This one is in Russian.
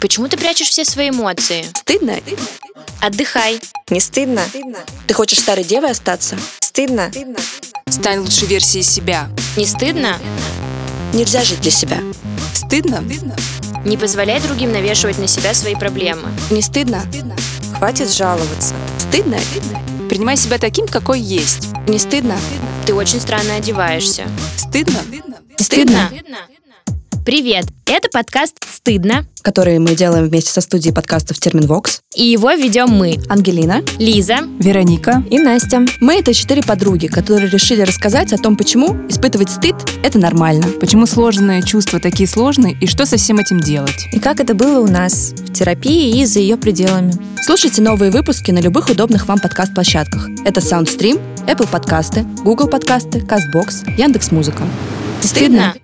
Почему ты прячешь все свои эмоции? Стыдно? Отдыхай. Не стыдно? Ты хочешь старой девой остаться? Стыдно? Стань лучшей версией себя. Не стыдно? Нельзя жить для себя. Стыдно? Не позволяй другим навешивать на себя свои проблемы. Не стыдно? Хватит жаловаться. Стыдно? Принимай себя таким, какой есть. Не стыдно? Ты очень странно одеваешься. Стыдно? Стыдно? Привет! Это подкаст «Стыдно» Которые мы делаем вместе со студией подкастов Терминвокс. и его ведем мы, Ангелина Лиза Вероника. и Настя. Мы это четыре подруги, которые решили рассказать о том, почему испытывать стыд – это нормально. Почему сложные чувства такие сложные и что со всем этим делать? и как это было у нас в терапии и за ее пределами. Слушайте новые выпуски на любых удобных вам подкаст-площадках. Это Soundstream, Apple подкасты, Google подкасты, CastBox, Яндекс.Музыка. «Стыдно».